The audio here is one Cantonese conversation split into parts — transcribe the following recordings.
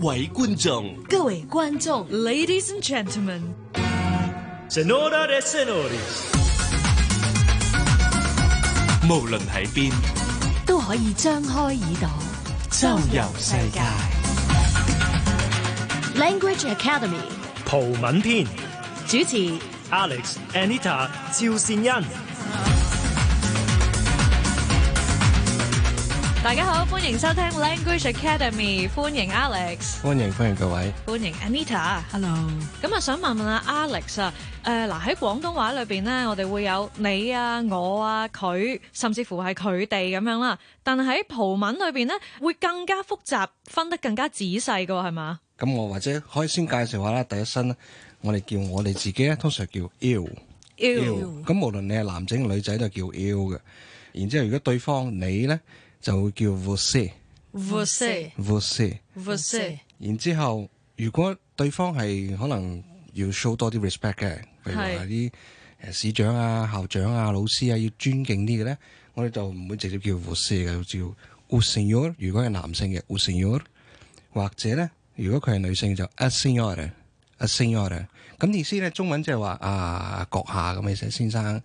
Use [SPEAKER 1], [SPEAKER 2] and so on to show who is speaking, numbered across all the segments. [SPEAKER 1] 位觀眾。
[SPEAKER 2] 各位觀眾，Ladies and Gentlemen，
[SPEAKER 3] Senora de Senores，
[SPEAKER 1] 無論喺邊，
[SPEAKER 2] 都可以張開耳朵。
[SPEAKER 1] 周遊世界。
[SPEAKER 2] Language Academy
[SPEAKER 3] 葡文篇
[SPEAKER 2] 主持
[SPEAKER 3] ，Alex、Anita、趙善恩，
[SPEAKER 2] 大家好，歡迎收聽 Language Academy，歡迎 Alex，
[SPEAKER 4] 歡迎歡迎各位，
[SPEAKER 2] 歡迎 Anita。
[SPEAKER 5] Hello，
[SPEAKER 2] 咁啊，想問問阿 Alex 啊，誒嗱喺廣東話裏邊咧，我哋會有你啊、我啊、佢，甚至乎係佢哋咁樣啦。但係喺葡文裏邊咧，會更加複雜，分得更加仔細噶，係嘛？
[SPEAKER 4] 咁我或者可以先介紹下啦。第一身咧，我哋叫我哋自己咧，通常叫 il。
[SPEAKER 2] Ew
[SPEAKER 4] 咁無論你係男仔定女仔都係叫 il 嘅。然之後，如果對方你咧就會叫 você，você。
[SPEAKER 2] Você Você
[SPEAKER 4] 然之後，如果對方係可能要 show 多啲 respect 嘅，譬如話
[SPEAKER 2] 係
[SPEAKER 4] 啲誒市長啊、校長啊、老師啊，要尊敬啲嘅咧，我哋就唔會直接叫 você 嘅，就叫 o senhor。如果係男性嘅 o senhor，或者咧，如果佢係女性就啊 a senhora，a senhora。咁啊意思咧，中文即係話啊，閣下咁嘅意思，先生。啊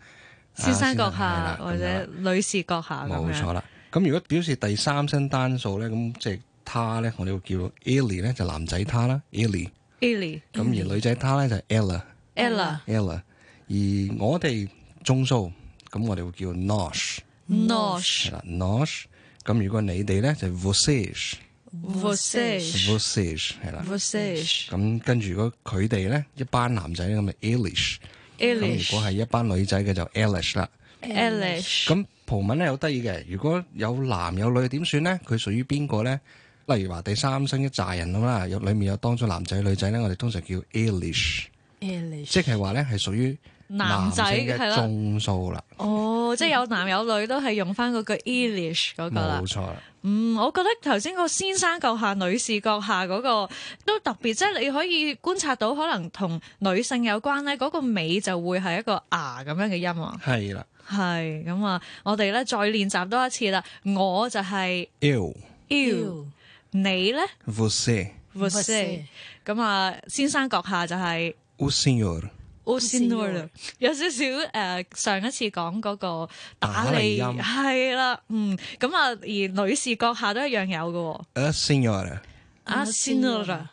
[SPEAKER 2] 先生閣
[SPEAKER 4] 係
[SPEAKER 2] 下
[SPEAKER 4] 啦
[SPEAKER 2] 或
[SPEAKER 4] 咁樣啦
[SPEAKER 2] 者女士閣下咁
[SPEAKER 4] 冇錯
[SPEAKER 2] 樣。
[SPEAKER 4] 啦。咁如果表示第三身單數咧，咁即係他咧，我哋會叫 Ellie 咧，就男仔他啦，Ellie。
[SPEAKER 2] Ellie
[SPEAKER 4] 咁而女仔他咧就 Ella，Ella。
[SPEAKER 2] Ella、
[SPEAKER 4] 而我哋中數，咁我哋會叫 Nosh，
[SPEAKER 2] Nosh
[SPEAKER 4] 係啦，Nosh。咁如果你哋咧就 Vocês，Vocês
[SPEAKER 2] Vocês、
[SPEAKER 4] 係啦。
[SPEAKER 2] Vocês、
[SPEAKER 4] 咁跟住如果佢哋咧一班男仔咧咁就 Elish，咁
[SPEAKER 2] Elish
[SPEAKER 4] 如果係一班女仔嘅就 Elish 啦。
[SPEAKER 2] Elish
[SPEAKER 4] 咁葡文咧有得意嘅，如果有男有女點算呢？佢屬於邊個呢？例如話第三身一紮人咁啦，有裡面有當咗男仔女仔呢，我哋通常叫 Elish，即係話呢係屬於
[SPEAKER 2] 男仔
[SPEAKER 4] 性
[SPEAKER 2] 係
[SPEAKER 4] 嘅
[SPEAKER 2] 啦
[SPEAKER 4] 眾數啦，
[SPEAKER 2] 哦，即係有男有女都係用翻嗰句 Elish 嗰個啦
[SPEAKER 4] 冇。錯啦。
[SPEAKER 2] 嗯，我覺得頭先個先生閣下、女士閣下嗰個都特別，即係你可以觀察到可能同女性有關咧，嗰個尾就會係一個牙咁樣嘅音啊。
[SPEAKER 4] 係啦
[SPEAKER 2] 係咁啊，我哋咧再練習多一次啦。我就係
[SPEAKER 4] Eu,
[SPEAKER 2] you，你咧
[SPEAKER 4] você,
[SPEAKER 2] você，咁啊，先生閣下就係
[SPEAKER 4] o senhor
[SPEAKER 2] o s i n o r 有少少誒、呃上一次講嗰個打
[SPEAKER 4] 打
[SPEAKER 2] 理
[SPEAKER 4] 理音
[SPEAKER 2] 係啦，嗯，咁啊，而女士閣下都一樣有嘅喎。
[SPEAKER 4] a senhora,
[SPEAKER 2] 阿 s i n o r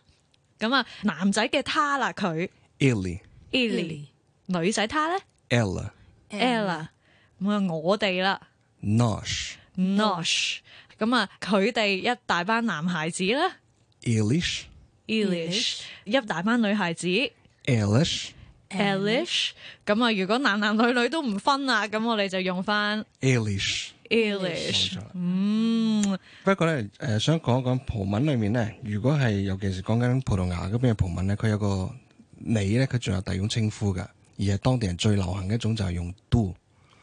[SPEAKER 2] 咁啊，男仔嘅他啦，佢
[SPEAKER 4] ele,
[SPEAKER 2] Eli，女仔他咧
[SPEAKER 4] ela,
[SPEAKER 2] Ella，咁啊，我哋啦
[SPEAKER 4] nós,
[SPEAKER 2] Nosh，咁啊，佢哋一大班男孩子啦
[SPEAKER 4] eles,
[SPEAKER 2] Elish，一大班女孩子
[SPEAKER 4] elas,
[SPEAKER 2] Elish，咁啊，如果男男女女都唔分啦，咁我哋就用翻
[SPEAKER 4] eles。
[SPEAKER 2] Elish，
[SPEAKER 4] 冇錯啦
[SPEAKER 2] 嗯，
[SPEAKER 4] 不過咧，誒、想講一講葡文裏面咧，如果係尤其是講緊葡萄牙嗰邊嘅葡文咧，佢有個你咧，佢仲有第二種稱呼㗎，而係當地人最流行嘅一種就係用 do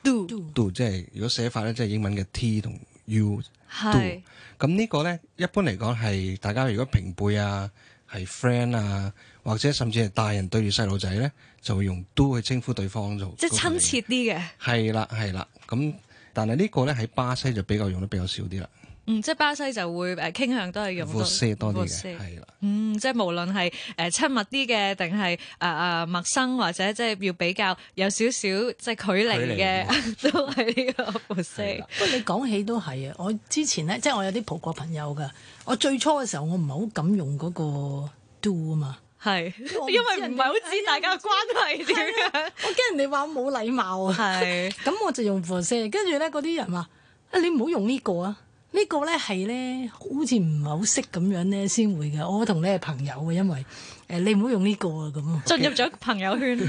[SPEAKER 2] Do
[SPEAKER 4] do，即係如果寫法咧，即係英文嘅 t 同 u。
[SPEAKER 2] 係。
[SPEAKER 4] 呃咁呢個咧，一般嚟講係大家如果平輩啊，係 friend 啊，或者甚至係大人對住細路仔咧，就會用 do 去稱呼對方做。
[SPEAKER 2] 即係親。切啲嘅，
[SPEAKER 4] 係啦，係啦。咁但係呢個咧喺巴西就比較用得比較少啲啦，
[SPEAKER 2] 嗯，即係巴西就會誒傾向都係用到
[SPEAKER 4] você 多啲
[SPEAKER 2] você
[SPEAKER 4] 嘅，係啦。
[SPEAKER 2] 嗯，即係無論係誒親密啲嘅，定係誒誒陌生，或者即係要比較有少少即係距離嘅， 都係呢個模
[SPEAKER 4] 係
[SPEAKER 2] 式
[SPEAKER 4] 啦。
[SPEAKER 5] 不過你講起都係啊！我之前咧，即係我有啲葡國朋友噶，我最初嘅時候我唔係好敢用嗰個 do 啊嘛，
[SPEAKER 2] 係，
[SPEAKER 5] 我唔知
[SPEAKER 2] 因為唔係好知大家嘅關係點樣。
[SPEAKER 5] 我驚人哋話我冇禮貌啊，
[SPEAKER 2] 係
[SPEAKER 5] 咁我就用 você，跟住咧嗰啲人話：啊，你唔好用呢個啊！呢個咧係咧，好似唔係好識咁樣咧先會嘅。我同你係朋友嘅，因為誒、你唔好用呢個啊咁啊。
[SPEAKER 2] 進入咗朋友圈，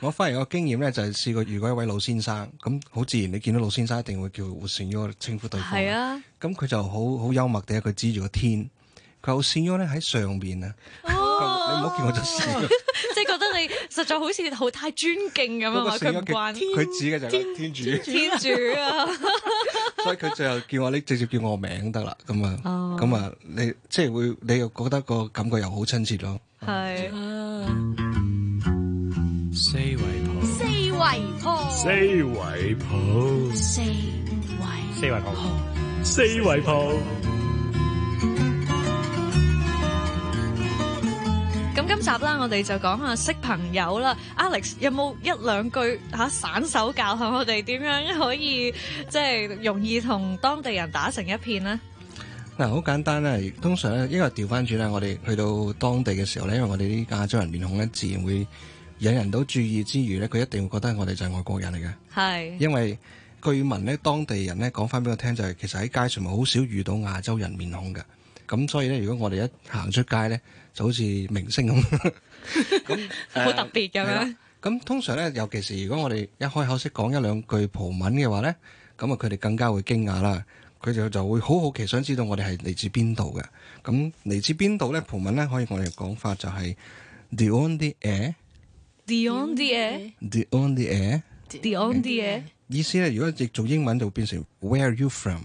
[SPEAKER 4] 我反而個經驗咧，就係試過遇過一位老先生，咁好自然你見到老先生一定會叫活善咗稱呼對方。
[SPEAKER 2] 係，啊，
[SPEAKER 4] 咁佢就好好幽默地，佢指住個天，佢好善咗咧喺上邊啊！
[SPEAKER 2] 哦
[SPEAKER 4] 佢話你唔好叫我做善咗，
[SPEAKER 2] 即係覺得你實在好似好太尊敬咁啊
[SPEAKER 4] 嗰
[SPEAKER 2] 嘛，
[SPEAKER 4] 個
[SPEAKER 2] 佢
[SPEAKER 4] 善
[SPEAKER 2] 唔
[SPEAKER 4] 咗佢
[SPEAKER 2] 慣
[SPEAKER 4] 佢指嘅就係個天主，
[SPEAKER 2] 天主啊，
[SPEAKER 4] 所以佢最後叫我你直接叫我名得啦，咁啊，
[SPEAKER 2] 哦
[SPEAKER 4] 咁啊，你即係會你又覺得個感覺又好親切咯。
[SPEAKER 2] 係
[SPEAKER 3] 四圍葡，
[SPEAKER 6] 四圍婆，
[SPEAKER 3] 四圍葡，
[SPEAKER 6] 四圍
[SPEAKER 3] 四圍葡，四圍葡，
[SPEAKER 2] 咁今集啦，我哋就講下識朋友啦。Alex 有冇一兩句嚇、啊散手教下我哋點樣可以即係容易同當地人打成一片呢？
[SPEAKER 4] 嗱，好簡單啦。通常咧，因為調翻轉啊咧，我哋去到當地嘅時候咧，因為我哋啲亞洲人面孔咧，自然會引人到注意之餘咧，佢一定會覺得我哋就係外國人嚟嘅。
[SPEAKER 2] 係
[SPEAKER 4] 因為據聞咧，當地人咧講翻俾我聽就係、其實喺街上面好少遇到亞洲人面孔嘅。咁所以咧，如果我哋一行出街咧，就好似明星咁。咁
[SPEAKER 2] 好特別咁
[SPEAKER 4] 係
[SPEAKER 2] 樣
[SPEAKER 4] 啦，咁通常咧，尤其是如果我哋一開口識講一兩句葡文嘅話咧，咁啊佢哋更加會驚訝啦。佢就就會好好奇，想知道我哋係嚟自邊度嘅。咁嚟自邊度咧？葡文咧，可以我哋講法就係 the only air，the
[SPEAKER 2] d e o n d i e
[SPEAKER 4] only air。
[SPEAKER 2] d e o n d i e
[SPEAKER 4] 意思咧，如果譯做英文就變成 Where are you from？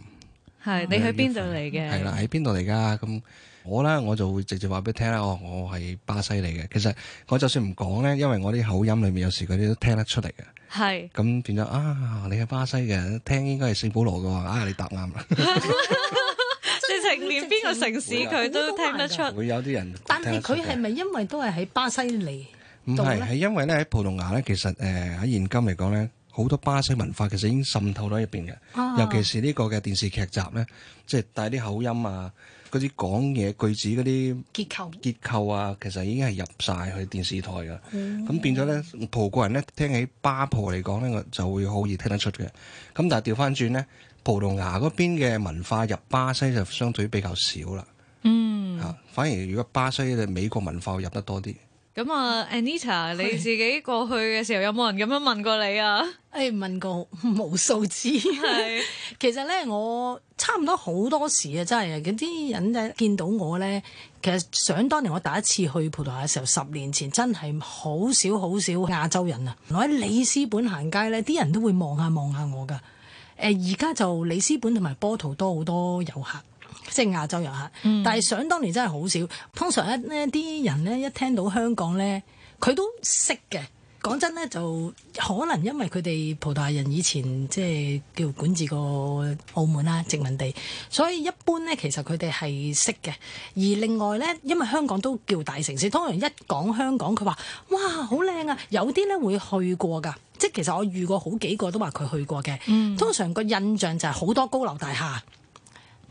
[SPEAKER 2] 係你去邊度嚟嘅？
[SPEAKER 4] 係啦，喺邊度嚟㗎？咁我咧我就會直接話俾你聽啦，哦，我係巴西嚟嘅。其實我就算唔講咧，因為我啲口音裏面有時佢哋都聽得出嚟嘅。
[SPEAKER 2] 係，
[SPEAKER 4] 咁變咗啊，你係巴西嘅，聽應該係聖保羅嘅喎。啊，你答啱 啦。
[SPEAKER 2] 直情連邊個城市佢都聽得出。
[SPEAKER 4] 會有啲人
[SPEAKER 5] 但
[SPEAKER 4] 聽得
[SPEAKER 5] 係
[SPEAKER 4] 出嘅
[SPEAKER 5] 佢係咪因為都係喺巴西嚟
[SPEAKER 4] 唔
[SPEAKER 5] 到
[SPEAKER 4] 係係
[SPEAKER 5] 咧？
[SPEAKER 4] 因為咧喺葡萄牙咧，其實誒喺、現今嚟講咧，好多巴西文化其實已經滲透咗入邊嘅，
[SPEAKER 5] 啊
[SPEAKER 4] 尤其是呢個嘅電視劇集咧，即係帶啲口音啊，嗰啲講嘢句子嗰啲。
[SPEAKER 5] 結構
[SPEAKER 4] 結構啊，其實已經係入晒去電視台㗎，咁、
[SPEAKER 2] 嗯
[SPEAKER 4] 變咗咧葡國人咧聽起巴葡嚟講咧，我就會好易聽得出嘅。咁但係調翻轉咧，葡萄牙嗰邊嘅文化入巴西就相對比較少啦，
[SPEAKER 2] 嗯，
[SPEAKER 4] 嚇、反而如果巴西嘅美國文化入得多啲。
[SPEAKER 2] 咁啊，Anita，你自己過去嘅時候有冇人咁樣問過你啊？
[SPEAKER 5] 誒問過無數次，
[SPEAKER 2] 係
[SPEAKER 5] 其實咧我差唔多好多時啊，真係嗰啲人咧見到我咧，其實想當年我第一次去葡萄牙嘅時候，十年前真係好少好少亞洲人啊！我喺里斯本行街咧，啲人都會望下望下我㗎。誒而家就里斯本同埋波圖多好多遊客。即係亞洲遊客，但係想當年真係好少。通常一呢啲人呢，一聽到香港呢，佢都識嘅。講真呢，就可能因為佢哋葡萄牙人以前即係叫管治過澳門啦殖民地，所以一般呢，其實佢哋係識嘅。而另外呢，因為香港都叫大城市，通常一講香港，佢話哇好靚啊，有啲呢會去過㗎。即係其實我遇過好幾個都話佢去過嘅。通常個印象就係好多高樓大廈。誒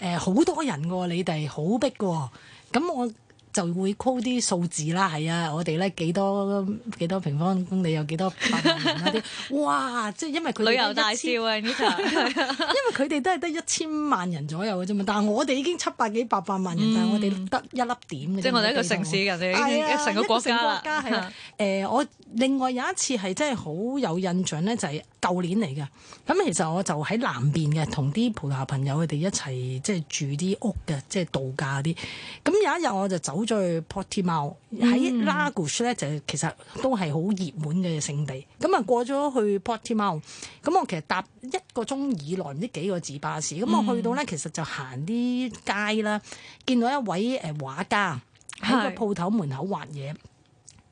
[SPEAKER 5] 呃好、多人㗎喎，你哋好逼㗎喎，咁我就會 call 啲數字啦，係啊，我哋咧幾多幾多平方公里有幾多百萬人 嗰啲，哇！即係因為佢哋
[SPEAKER 2] 旅遊
[SPEAKER 5] 得
[SPEAKER 2] 大
[SPEAKER 5] 一
[SPEAKER 2] 笑
[SPEAKER 5] 千
[SPEAKER 2] 啊，Anita，
[SPEAKER 5] 因為佢哋都係得一千萬人左右嘅啫嘛，但係我哋已經七百幾八百萬人，但係我哋得一粒點嘅啫。
[SPEAKER 2] 嗯即係我哋一個城市
[SPEAKER 5] 地方
[SPEAKER 2] 人哋已經
[SPEAKER 5] 係啊
[SPEAKER 2] 一成個國家啦
[SPEAKER 5] 一個成國家係啊誒，我另外有一次係真係好有印象咧，就係舊年嚟嘅。咁其實我就喺南邊嘅，同啲葡萄牙朋友佢哋一齊即係住啲屋嘅，即係度假啲。咁有一日我就走咗去 Portimao，喺 Lagos 咧就其實都係好熱門嘅聖地。咁啊過咗去 Portimao，咁我其實搭一個鐘以內唔知幾個字巴士，咁我去到咧其實就行啲街啦，見到一位誒畫家喺
[SPEAKER 2] 係
[SPEAKER 5] 個鋪頭門口畫嘢。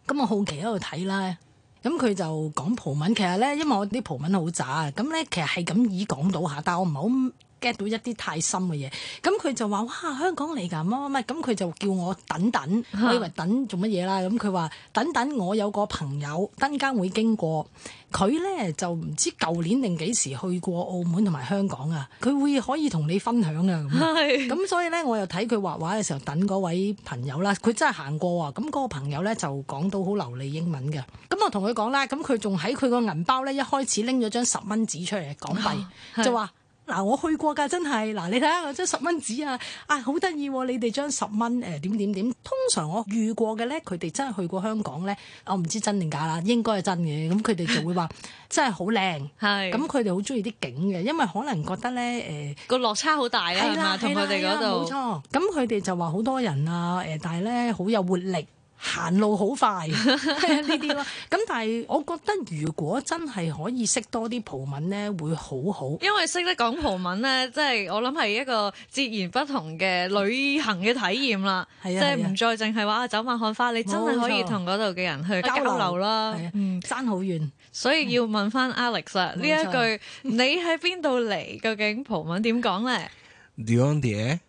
[SPEAKER 5] 咁我好奇喺度睇啦。咁佢就講葡文，其實咧，因為我啲葡文好渣啊，咁咧其實係咁以講到下，但係我唔係好 get 到一啲太深嘅嘢。咁佢就話：哇，香港嚟㗎，乜乜乜。咁佢就叫我等等，我以為等做乜嘢啦。咁佢話：等等，我有個朋友，陣間會經過，佢咧就唔知舊年定幾時去過澳門同埋香港啊，佢會可以同你分享啊。咁
[SPEAKER 2] 係
[SPEAKER 5] 咁所以咧，我又睇佢畫畫嘅時候，等嗰位朋友啦，佢真係行過喎。咁、嗰個朋友咧就講到好流利英文嘅。咁我同佢講啦，咁佢仲喺佢個銀包咧，一開始拎咗張十蚊紙出嚟港幣，就話。嗱，我去過㗎，真係嗱，你睇下我張十蚊紙啊，啊，好得意喎！你哋張十蚊誒點點點，通常我遇過嘅咧，佢哋真係去過香港咧，啊我唔知真定假啦，應該係真嘅。咁佢哋就會話真係好靚，
[SPEAKER 2] 係
[SPEAKER 5] 咁佢哋好中意啲景嘅，因為可能覺得呃咧誒。
[SPEAKER 2] 個落差好大啦，係
[SPEAKER 5] 係
[SPEAKER 2] 嘛？
[SPEAKER 5] 啦，
[SPEAKER 2] 同佢哋嗰
[SPEAKER 5] 係
[SPEAKER 2] 度
[SPEAKER 5] 啦冇錯。咁佢哋就話好多人啊，誒，但係咧好有活力。行路好 快呢啲咯，咁但係我覺得如果真係可以識多啲葡文咧，會好好。
[SPEAKER 2] 因為識得講葡文咧，即係我諗係一個截然不同嘅旅行嘅體驗啦。
[SPEAKER 5] 係
[SPEAKER 2] 即
[SPEAKER 5] 啊
[SPEAKER 2] 係
[SPEAKER 5] 係啊
[SPEAKER 2] 唔再淨係話啊走馬看花，你真係可以
[SPEAKER 5] 冇錯
[SPEAKER 2] 同嗰度嘅人去交流啦
[SPEAKER 5] 係。啊
[SPEAKER 2] 嗯，
[SPEAKER 5] 爭好遠。
[SPEAKER 2] 所以要問翻 Alex 啦，
[SPEAKER 5] 冇錯
[SPEAKER 2] 呢一句你喺邊度嚟？究竟葡文點講咧
[SPEAKER 4] d o n d i e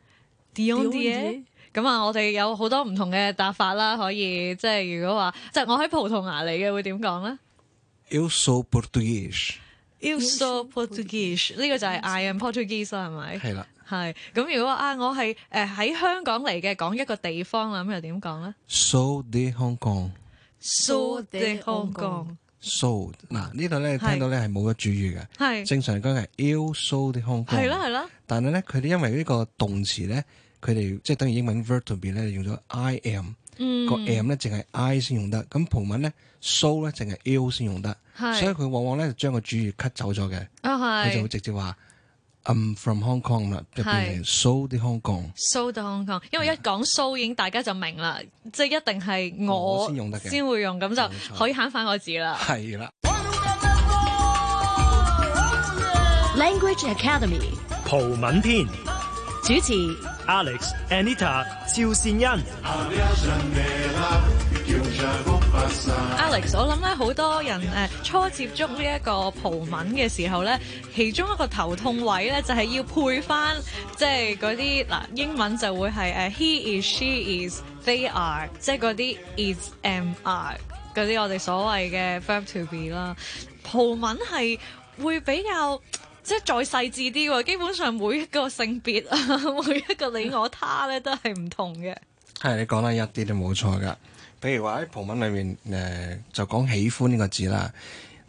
[SPEAKER 2] d i o n d i e
[SPEAKER 5] Dionde
[SPEAKER 2] 咁啊，我哋有好多唔同嘅答法啦，可以即係如果話，即係我喺葡萄牙嚟嘅，會點講咧
[SPEAKER 4] Eu sou português，
[SPEAKER 2] ？Eu sou Portuguese，呢個就係 I am Portuguese 啦，係咪？
[SPEAKER 4] 係啦
[SPEAKER 2] 係咁，如果啊，我係誒喺香港嚟嘅，講一個地方啦，咁又點講咧
[SPEAKER 4] ，sou de Hong Kong，sou
[SPEAKER 2] ？So
[SPEAKER 5] de Hong Kong
[SPEAKER 4] 嗱呢度咧
[SPEAKER 2] 係
[SPEAKER 4] 聽到咧係冇咗主語嘅，
[SPEAKER 2] 係
[SPEAKER 4] 正常嚟講係 eu sou de Hong Kong，
[SPEAKER 2] 係啦係啦，
[SPEAKER 4] 但係咧佢哋因為呢個動詞咧，佢哋即係等於英文 verb 入邊咧用咗 I am。
[SPEAKER 2] 嗯
[SPEAKER 4] 個 M 咧淨係 I 先用得，咁葡文咧 so 咧淨係 L 先用得，
[SPEAKER 2] 係
[SPEAKER 4] 所以佢往往咧就將個主語 cut 走咗嘅，
[SPEAKER 2] 啊
[SPEAKER 4] 佢就
[SPEAKER 2] 係。
[SPEAKER 4] 會直接話 I'm from Hong Kong 啦，就變
[SPEAKER 2] 係
[SPEAKER 4] 成 so 啲 Hong Kong。
[SPEAKER 2] So the Hong Kong，因為一講 so 已經大家就明啦，即係一定係我
[SPEAKER 4] 我先用得嘅
[SPEAKER 2] 先會用，咁
[SPEAKER 4] 冇
[SPEAKER 2] 就
[SPEAKER 4] 錯
[SPEAKER 2] 可以慳翻個字啦。
[SPEAKER 4] 係啦，
[SPEAKER 6] Language Academy
[SPEAKER 3] 葡文篇
[SPEAKER 6] 主持
[SPEAKER 3] Alex、Anita、趙善恩。
[SPEAKER 2] Alex，我諗咧好多人誒、呃初接觸呢一個葡文嘅時候咧，其中一個頭痛位咧就係、要配翻即係嗰啲嗱英文就會係誒、呃 he is she is they are，即係嗰啲 is am are 嗰啲我哋所謂嘅 verb to be 啦。葡文係會比較。即係再細緻啲喎，基本上每一個性別啊， 每一個你我他咧都係唔同嘅。
[SPEAKER 4] 係你講得一啲都冇錯噶。譬如話喺葡文裏面，誒、就講喜歡呢個字啦。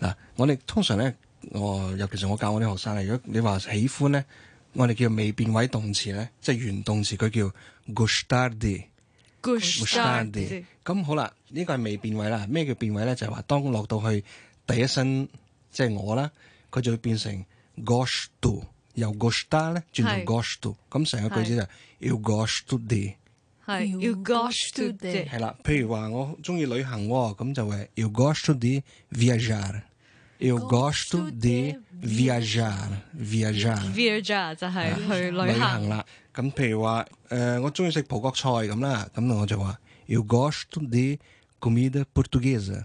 [SPEAKER 4] 嗱，我哋通常咧，我尤其是我教我啲學生咧，如果你話喜歡咧，我哋叫未變位動詞咧，即係原動詞，佢叫 gustar de。
[SPEAKER 2] Good
[SPEAKER 4] 唔 s t a n d 咁好啦，呢個係未變位啦。咩叫變位咧？就係話當落到去第一身，即係我啦，佢就會變成 gosh do，由 gosh da 咧轉
[SPEAKER 2] 係
[SPEAKER 4] 成 gosh do，咁成個句子就係 you gosh do d
[SPEAKER 2] 係
[SPEAKER 5] You
[SPEAKER 2] you gosh
[SPEAKER 5] gosh
[SPEAKER 2] today。
[SPEAKER 4] 係啦。譬如話我中意旅行喎，咁就係 you gosh do d viajar，you gosh do d viajar，viajar。
[SPEAKER 2] Viaja 就係去
[SPEAKER 4] 啊旅
[SPEAKER 2] 旅
[SPEAKER 4] 行
[SPEAKER 2] 行，
[SPEAKER 4] 啦。咁譬如話，誒、我中意食葡國菜咁啦，咁我就話 Eu gosto de comida portuguesa。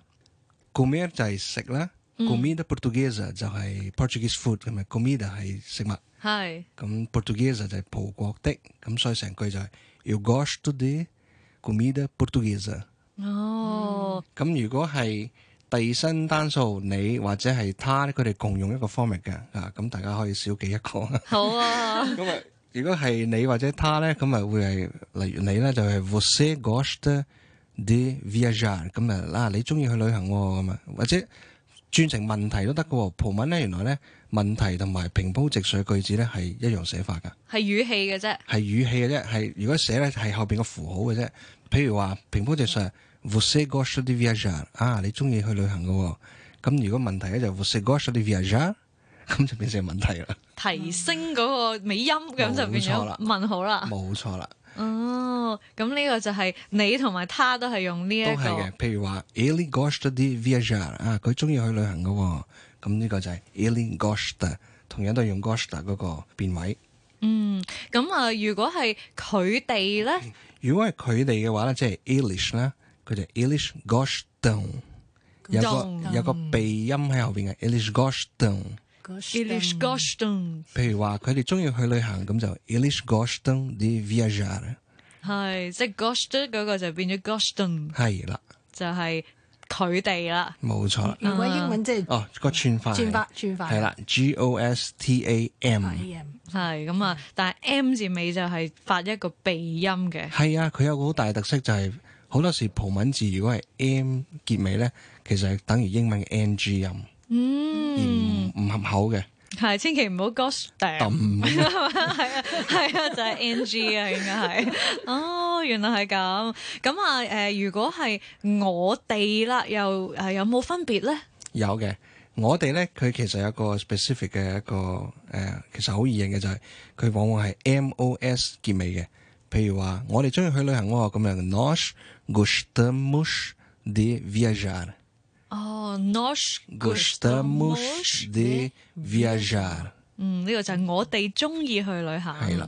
[SPEAKER 4] comer 就係食啦、c o m i d a portuguesa 就係 Portuguese food 咁啊，comida 係食物，
[SPEAKER 2] 係
[SPEAKER 4] 咁 portuguesa 就係葡國的，咁所以成句就係 Eu gosto de comida portuguesa。
[SPEAKER 2] 哦，
[SPEAKER 4] 咁如果係第身單數你或者係他咧，佢哋共用一個 format 嘅啊，咁大家可以少記一個。
[SPEAKER 2] 好啊，
[SPEAKER 4] 咁啊，如果係你或者他咧，咁啊會係例如你咧就係 você gosta de viajar，咁啊嗱你中意去旅行喎，咁啊或者轉成問題都得嘅喎。葡文咧原來咧問題同埋平鋪直敍句子咧係一樣寫法㗎，
[SPEAKER 2] 係語氣嘅啫，
[SPEAKER 4] 係語氣嘅啫，係如果寫咧係後邊個符號嘅啫。譬如話平鋪直敍，você gosta de viajar，啊你中意去旅行嘅喎。咁如果問題咧就 você gosta de viajar，咁 就變成問題啦，
[SPEAKER 2] 提升嗰個尾音咁就變
[SPEAKER 4] 冇錯啦
[SPEAKER 2] 咗問號啦。
[SPEAKER 4] 冇錯啦。
[SPEAKER 2] 哦，咁呢個就係你同埋他都係用呢一
[SPEAKER 4] 都
[SPEAKER 2] 個
[SPEAKER 4] 係嘅，譬如話 Ele gosta de viajar 啊，佢中意去旅行嘅喎、咁呢個就係 Ele gosta，同樣都係用 gosta 嗰個變位。
[SPEAKER 2] 嗯，咁啊，如果係佢哋咧，
[SPEAKER 4] 如果係佢哋嘅話咧，即係 Elish 啦，佢就 Elish gostam，有個
[SPEAKER 2] Gostam
[SPEAKER 4] 有個鼻音喺後邊嘅 Elish gostam。
[SPEAKER 2] Ilish g o s t o n
[SPEAKER 4] 譬如話佢哋中意去旅行，咁就 Elish gostam de viajar
[SPEAKER 2] 係即係 g o s t o n 嗰個就變咗 g o s t o n
[SPEAKER 4] 係啦，
[SPEAKER 2] 就係佢哋啦。
[SPEAKER 4] 冇錯啦。
[SPEAKER 5] 如果英文即係
[SPEAKER 4] 哦，個串法係
[SPEAKER 5] 轉嗯法轉法
[SPEAKER 4] 係啦，G O S T A M。
[SPEAKER 5] AM
[SPEAKER 2] 係咁啊，但係 M 字尾就係發一個鼻音嘅。
[SPEAKER 4] 係啊，佢有個好大特色就係、好多時葡文字如果係 M 結尾咧，其實係等於英文嘅 NG 音，而唔唔合口嘅。
[SPEAKER 2] 係，千祈唔好 gossip。
[SPEAKER 4] 揼
[SPEAKER 2] 係啊，係啊，就係 NG 啊，應該係。哦，原來係咁。咁啊，誒、如果係我哋啦，又誒、有冇分別咧？
[SPEAKER 4] 有嘅。我哋咧，佢其實有一個 specific 嘅一個誒、呃其實好易認嘅就係、佢往往係 MOS 結尾嘅。譬如話，我哋中意去旅行喎，咁樣 Nós gostamos de viajar。
[SPEAKER 2] 哦，nos
[SPEAKER 4] Gostamos de viajar。
[SPEAKER 2] 嗯，呢、個就係我哋中意去旅行。
[SPEAKER 4] 係啦。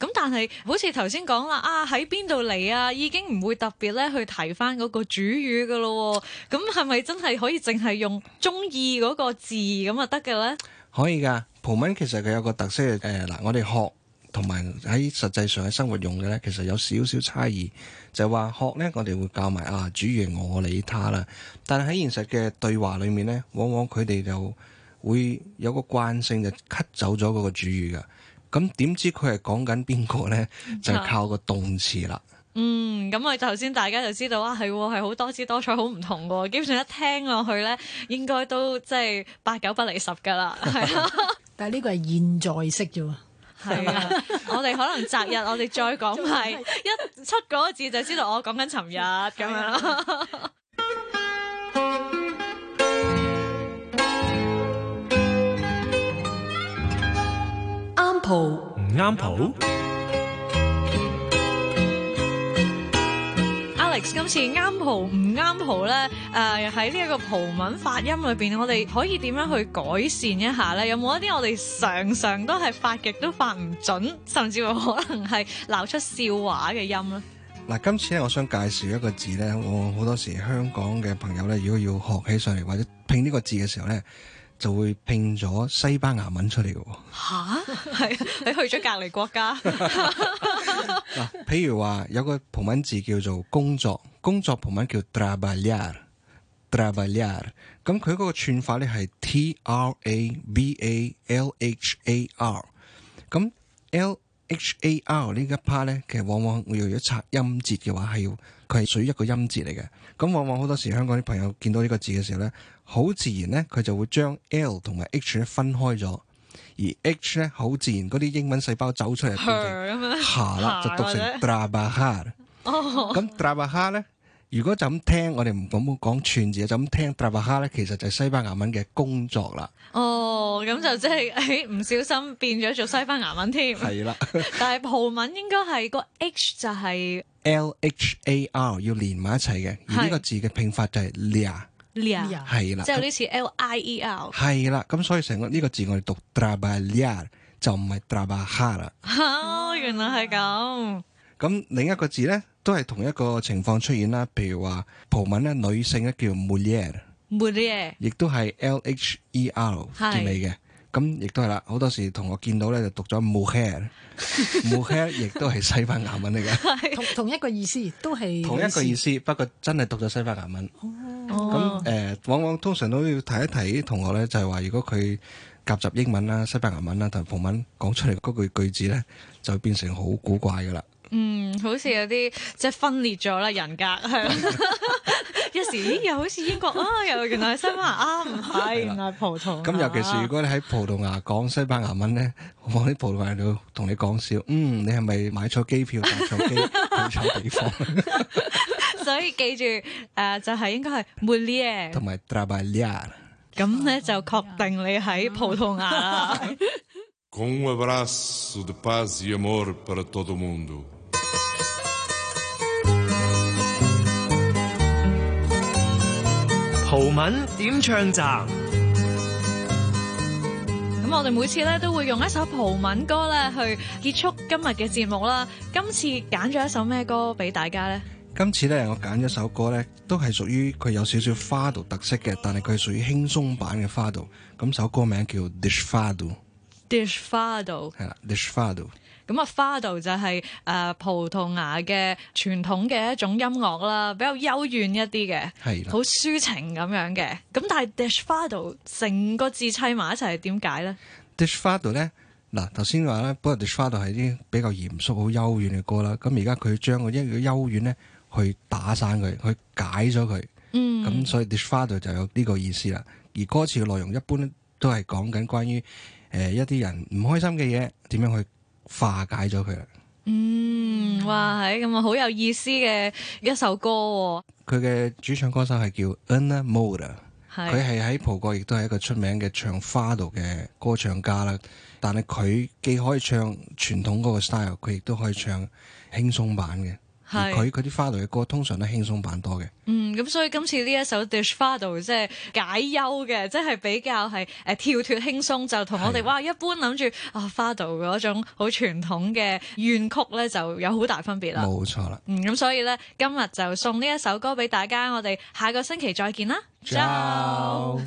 [SPEAKER 2] 咁但係好似頭先講啦，啊喺邊度嚟啊，已經唔會特別咧去提翻嗰個主語噶咯喎。咁係咪真係可以淨係用中意嗰個字咁啊得嘅咧？
[SPEAKER 4] 呃可以噶，葡文其實佢有個特色誒嗱、我哋學同埋喺實際上喺生活用嘅咧，其實有少少差異。就係話學咧，我哋會教埋啊，主要係我你他啦。但係喺現實嘅對話裏面咧，往往佢哋就會有個慣性就 cut 走咗嗰個主語㗎。咁點知佢係講緊邊個咧？就係靠個動詞啦。
[SPEAKER 2] 嗯，咁啊，頭先大家就知道啊，係喎，係好多姿多彩，好唔同喎。基本上一聽落去咧，應該都即係八九不離十㗎 啦，係啊，
[SPEAKER 5] 但係呢個係現在式啫喎。
[SPEAKER 2] 係啊。我哋可能擇日我哋再講埋一出嗰個字就知道我講緊尋日咁樣啦。
[SPEAKER 6] 啱蒲
[SPEAKER 3] 唔啱譜，
[SPEAKER 2] Alex 今次啱蒲唔啱蒲咧，誒喺呢一個葡文發音裏邊，我哋可以點樣去改善一下咧？有冇一啲我哋常常都係發極都發唔準，甚至乎可能係鬧出笑話嘅音咧？
[SPEAKER 4] 嗱，今次咧，我想介紹一個字咧，我好多時香港嘅朋友咧，如果要學起上嚟或者拼呢個字嘅時候咧，就會拼咗西班牙文出嚟嘅喎。
[SPEAKER 2] 吓？ 係啊你去咗隔離國 家，
[SPEAKER 4] 嗱，譬如話有個葡文字叫做工作，工作葡文叫 trabalhar，trabalhar。咁佢嗰個串法咧係 T R A B A L H A R。咁 L H A R 呢一 part 咧，其實往往我如果拆音節嘅話，係要佢係屬於一個音節嚟嘅。咁往往好多時香港啲朋友見到呢個字嘅時候咧，好自然咧，佢就會將 L 同埋 H 咧分開咗，而 H 咧好自然嗰啲英文細胞走出嚟變成。
[SPEAKER 2] 咁樣
[SPEAKER 4] 下啦，就讀成 trabajar。
[SPEAKER 2] 哦，
[SPEAKER 4] 咁 trabajar 咧，如果就咁聽，我哋唔咁講串字，就咁聽 trabajar 咧，其實就係西班牙文嘅工作啦。
[SPEAKER 2] 哦，咁就即係誒唔小心變咗做西班牙文添。
[SPEAKER 4] 係啦
[SPEAKER 2] 但係葡文應該係個 H 就係
[SPEAKER 4] ，L H A R 要連埋一齊嘅，而呢個字嘅拼法就係 lia，
[SPEAKER 2] lia，
[SPEAKER 4] 係啦
[SPEAKER 2] 啊即，係有啲似 L I E R。
[SPEAKER 4] 係啦。咁所以成個呢個字我哋讀 trabalhar 就唔係 trabajar 啦。
[SPEAKER 2] 哦，原來係咁。
[SPEAKER 4] 咁另一個字咧，都係同一個情況出現啦。譬如話葡文咧，女性咧叫 mujer。
[SPEAKER 2] 冇嘢，
[SPEAKER 4] 亦都係 L H E R
[SPEAKER 2] 係
[SPEAKER 4] 結尾嘅，咁亦都係啦。好多時同學見到咧就讀咗 mohair，mohair 亦都係西班牙文嚟嘅，
[SPEAKER 5] 同同一個意思，都係
[SPEAKER 4] 同一個意思，不過真係讀咗西班牙文。咁
[SPEAKER 2] 哦
[SPEAKER 4] 誒、呃往往通常都要提一提啲同學咧，就係話如果佢夾雜英文啦、西班牙文啦同埋葡文講出嚟嗰句句子咧，就變成好古怪噶啦。
[SPEAKER 2] 嗯，好似有啲即係分裂咗啦，人格係啦。有時咦，又好似英國啊，又原來係西班牙啊，唔係，原來係葡萄牙。
[SPEAKER 4] 咁尤其是如果你喺葡萄牙講西班牙文咧，我啲葡萄牙佬同你講笑，嗯，你係咪買錯機票、搭錯機、去錯地方？
[SPEAKER 2] 所以記住誒、呃就係、應該係 m u l i e
[SPEAKER 4] 同埋 trabalhar。
[SPEAKER 2] 咁
[SPEAKER 4] 啊
[SPEAKER 2] 咧就確定你喺
[SPEAKER 4] 嗯
[SPEAKER 2] 葡萄牙 啦。
[SPEAKER 7] Com um abraço de paz e amor para todo mundo.
[SPEAKER 3] 葡文點唱站？
[SPEAKER 2] 咁我哋每次咧都會用一首葡文歌咧去結束今日嘅節目啦。今次揀咗一首咩歌俾大家咧？
[SPEAKER 4] 今次咧，我揀咗首歌咧，都係屬於佢有少少花度特色嘅，但係佢係屬於輕鬆版嘅花度。咁首歌名叫 Desfado，
[SPEAKER 2] Desfado。
[SPEAKER 4] 係啦，Desfado。
[SPEAKER 2] 咁啊，花道就係、誒、葡萄牙嘅傳統嘅一種音樂啦，比較幽怨一啲嘅，
[SPEAKER 4] 係啦
[SPEAKER 2] 好抒情咁樣嘅。咁但係 dash 花道成個字砌埋一齊係點解咧？
[SPEAKER 4] Desfado 咧，嗱頭先話咧，本來 Desfado 係啲比較嚴肅、好幽怨嘅歌啦。咁而家佢將個一個幽怨咧，去打散佢，去解咗佢。
[SPEAKER 2] 嗯，
[SPEAKER 4] 咁所以 Desfado 就有呢個意思啦。而歌詞嘅內容一般都係講緊關於誒、呃一啲人唔開心嘅嘢點樣去化解咗佢啦。
[SPEAKER 2] 嗯，哇，係咁啊，好有意思嘅一首歌喎，
[SPEAKER 4] 佢嘅主唱歌手係叫 Ana Moura，佢
[SPEAKER 2] 係
[SPEAKER 4] 係喺葡國亦都係一個出名嘅唱花度嘅歌唱家啦。但係佢既可以唱傳統嗰個 style，佢亦都可以唱輕鬆版嘅。而
[SPEAKER 2] 係
[SPEAKER 4] 佢佢啲花度嘅歌通常都輕鬆版多嘅。
[SPEAKER 2] 嗯，咁所以今次呢一首 dash 花道即係解憂嘅，即係比較係誒、跳脫輕鬆，就同我哋
[SPEAKER 4] 係啊
[SPEAKER 2] 哇一般諗住啊花道嗰種好傳統嘅怨曲咧，就有好大分別啦。
[SPEAKER 4] 冇錯啦。
[SPEAKER 2] 嗯，咁所以咧，今日就送呢一首歌俾大家，我哋下個星期再見啦。Ciao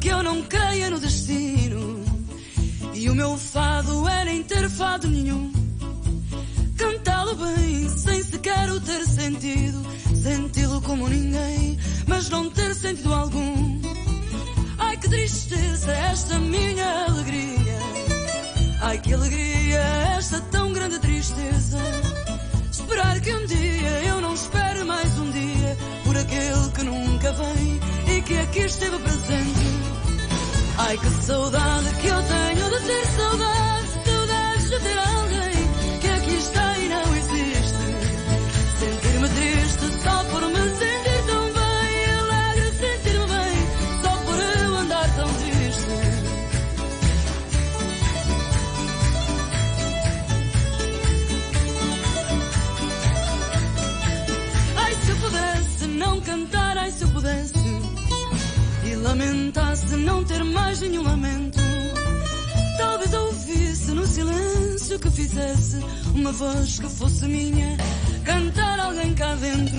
[SPEAKER 8] que eu não creia no destino. E o meu fado é nem ter fado nenhum. Cantá-lo bem, sem sequer o ter sentido. Senti-lo como ninguém, mas não ter sentido algum. Ai que tristeza esta minha alegria. Ai que alegria esta tão grande tristeza. Esperar que um dia eu não espere mais um dia por aquele que nunca vem e que aqui esteve presente. Ai que saudade que eu tenho de ter saudade, saudades de ter alguém que aqui está e não existe. Sentir-me triste só por me sentir tão bem, alegre sentir-me bem, só por eu andar tão triste. Ai se eu pudesse não cantar, ai se eu pudesse e lamentasse não ter mais nenhum lamento. Talvez ouvisse no silêncio que fizesse uma voz que fosse minha cantar alguém cá dentro.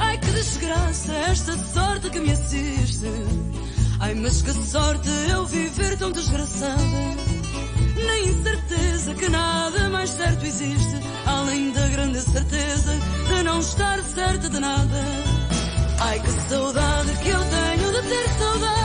[SPEAKER 8] Ai que desgraça esta sorte que me assiste. Ai mas que sorte eu viver tão desgraçada. Na incerteza que nada mais certo existe, além da grande certeza de não estar certa de nada. Ai que saudade que eu tenho de ter saudade.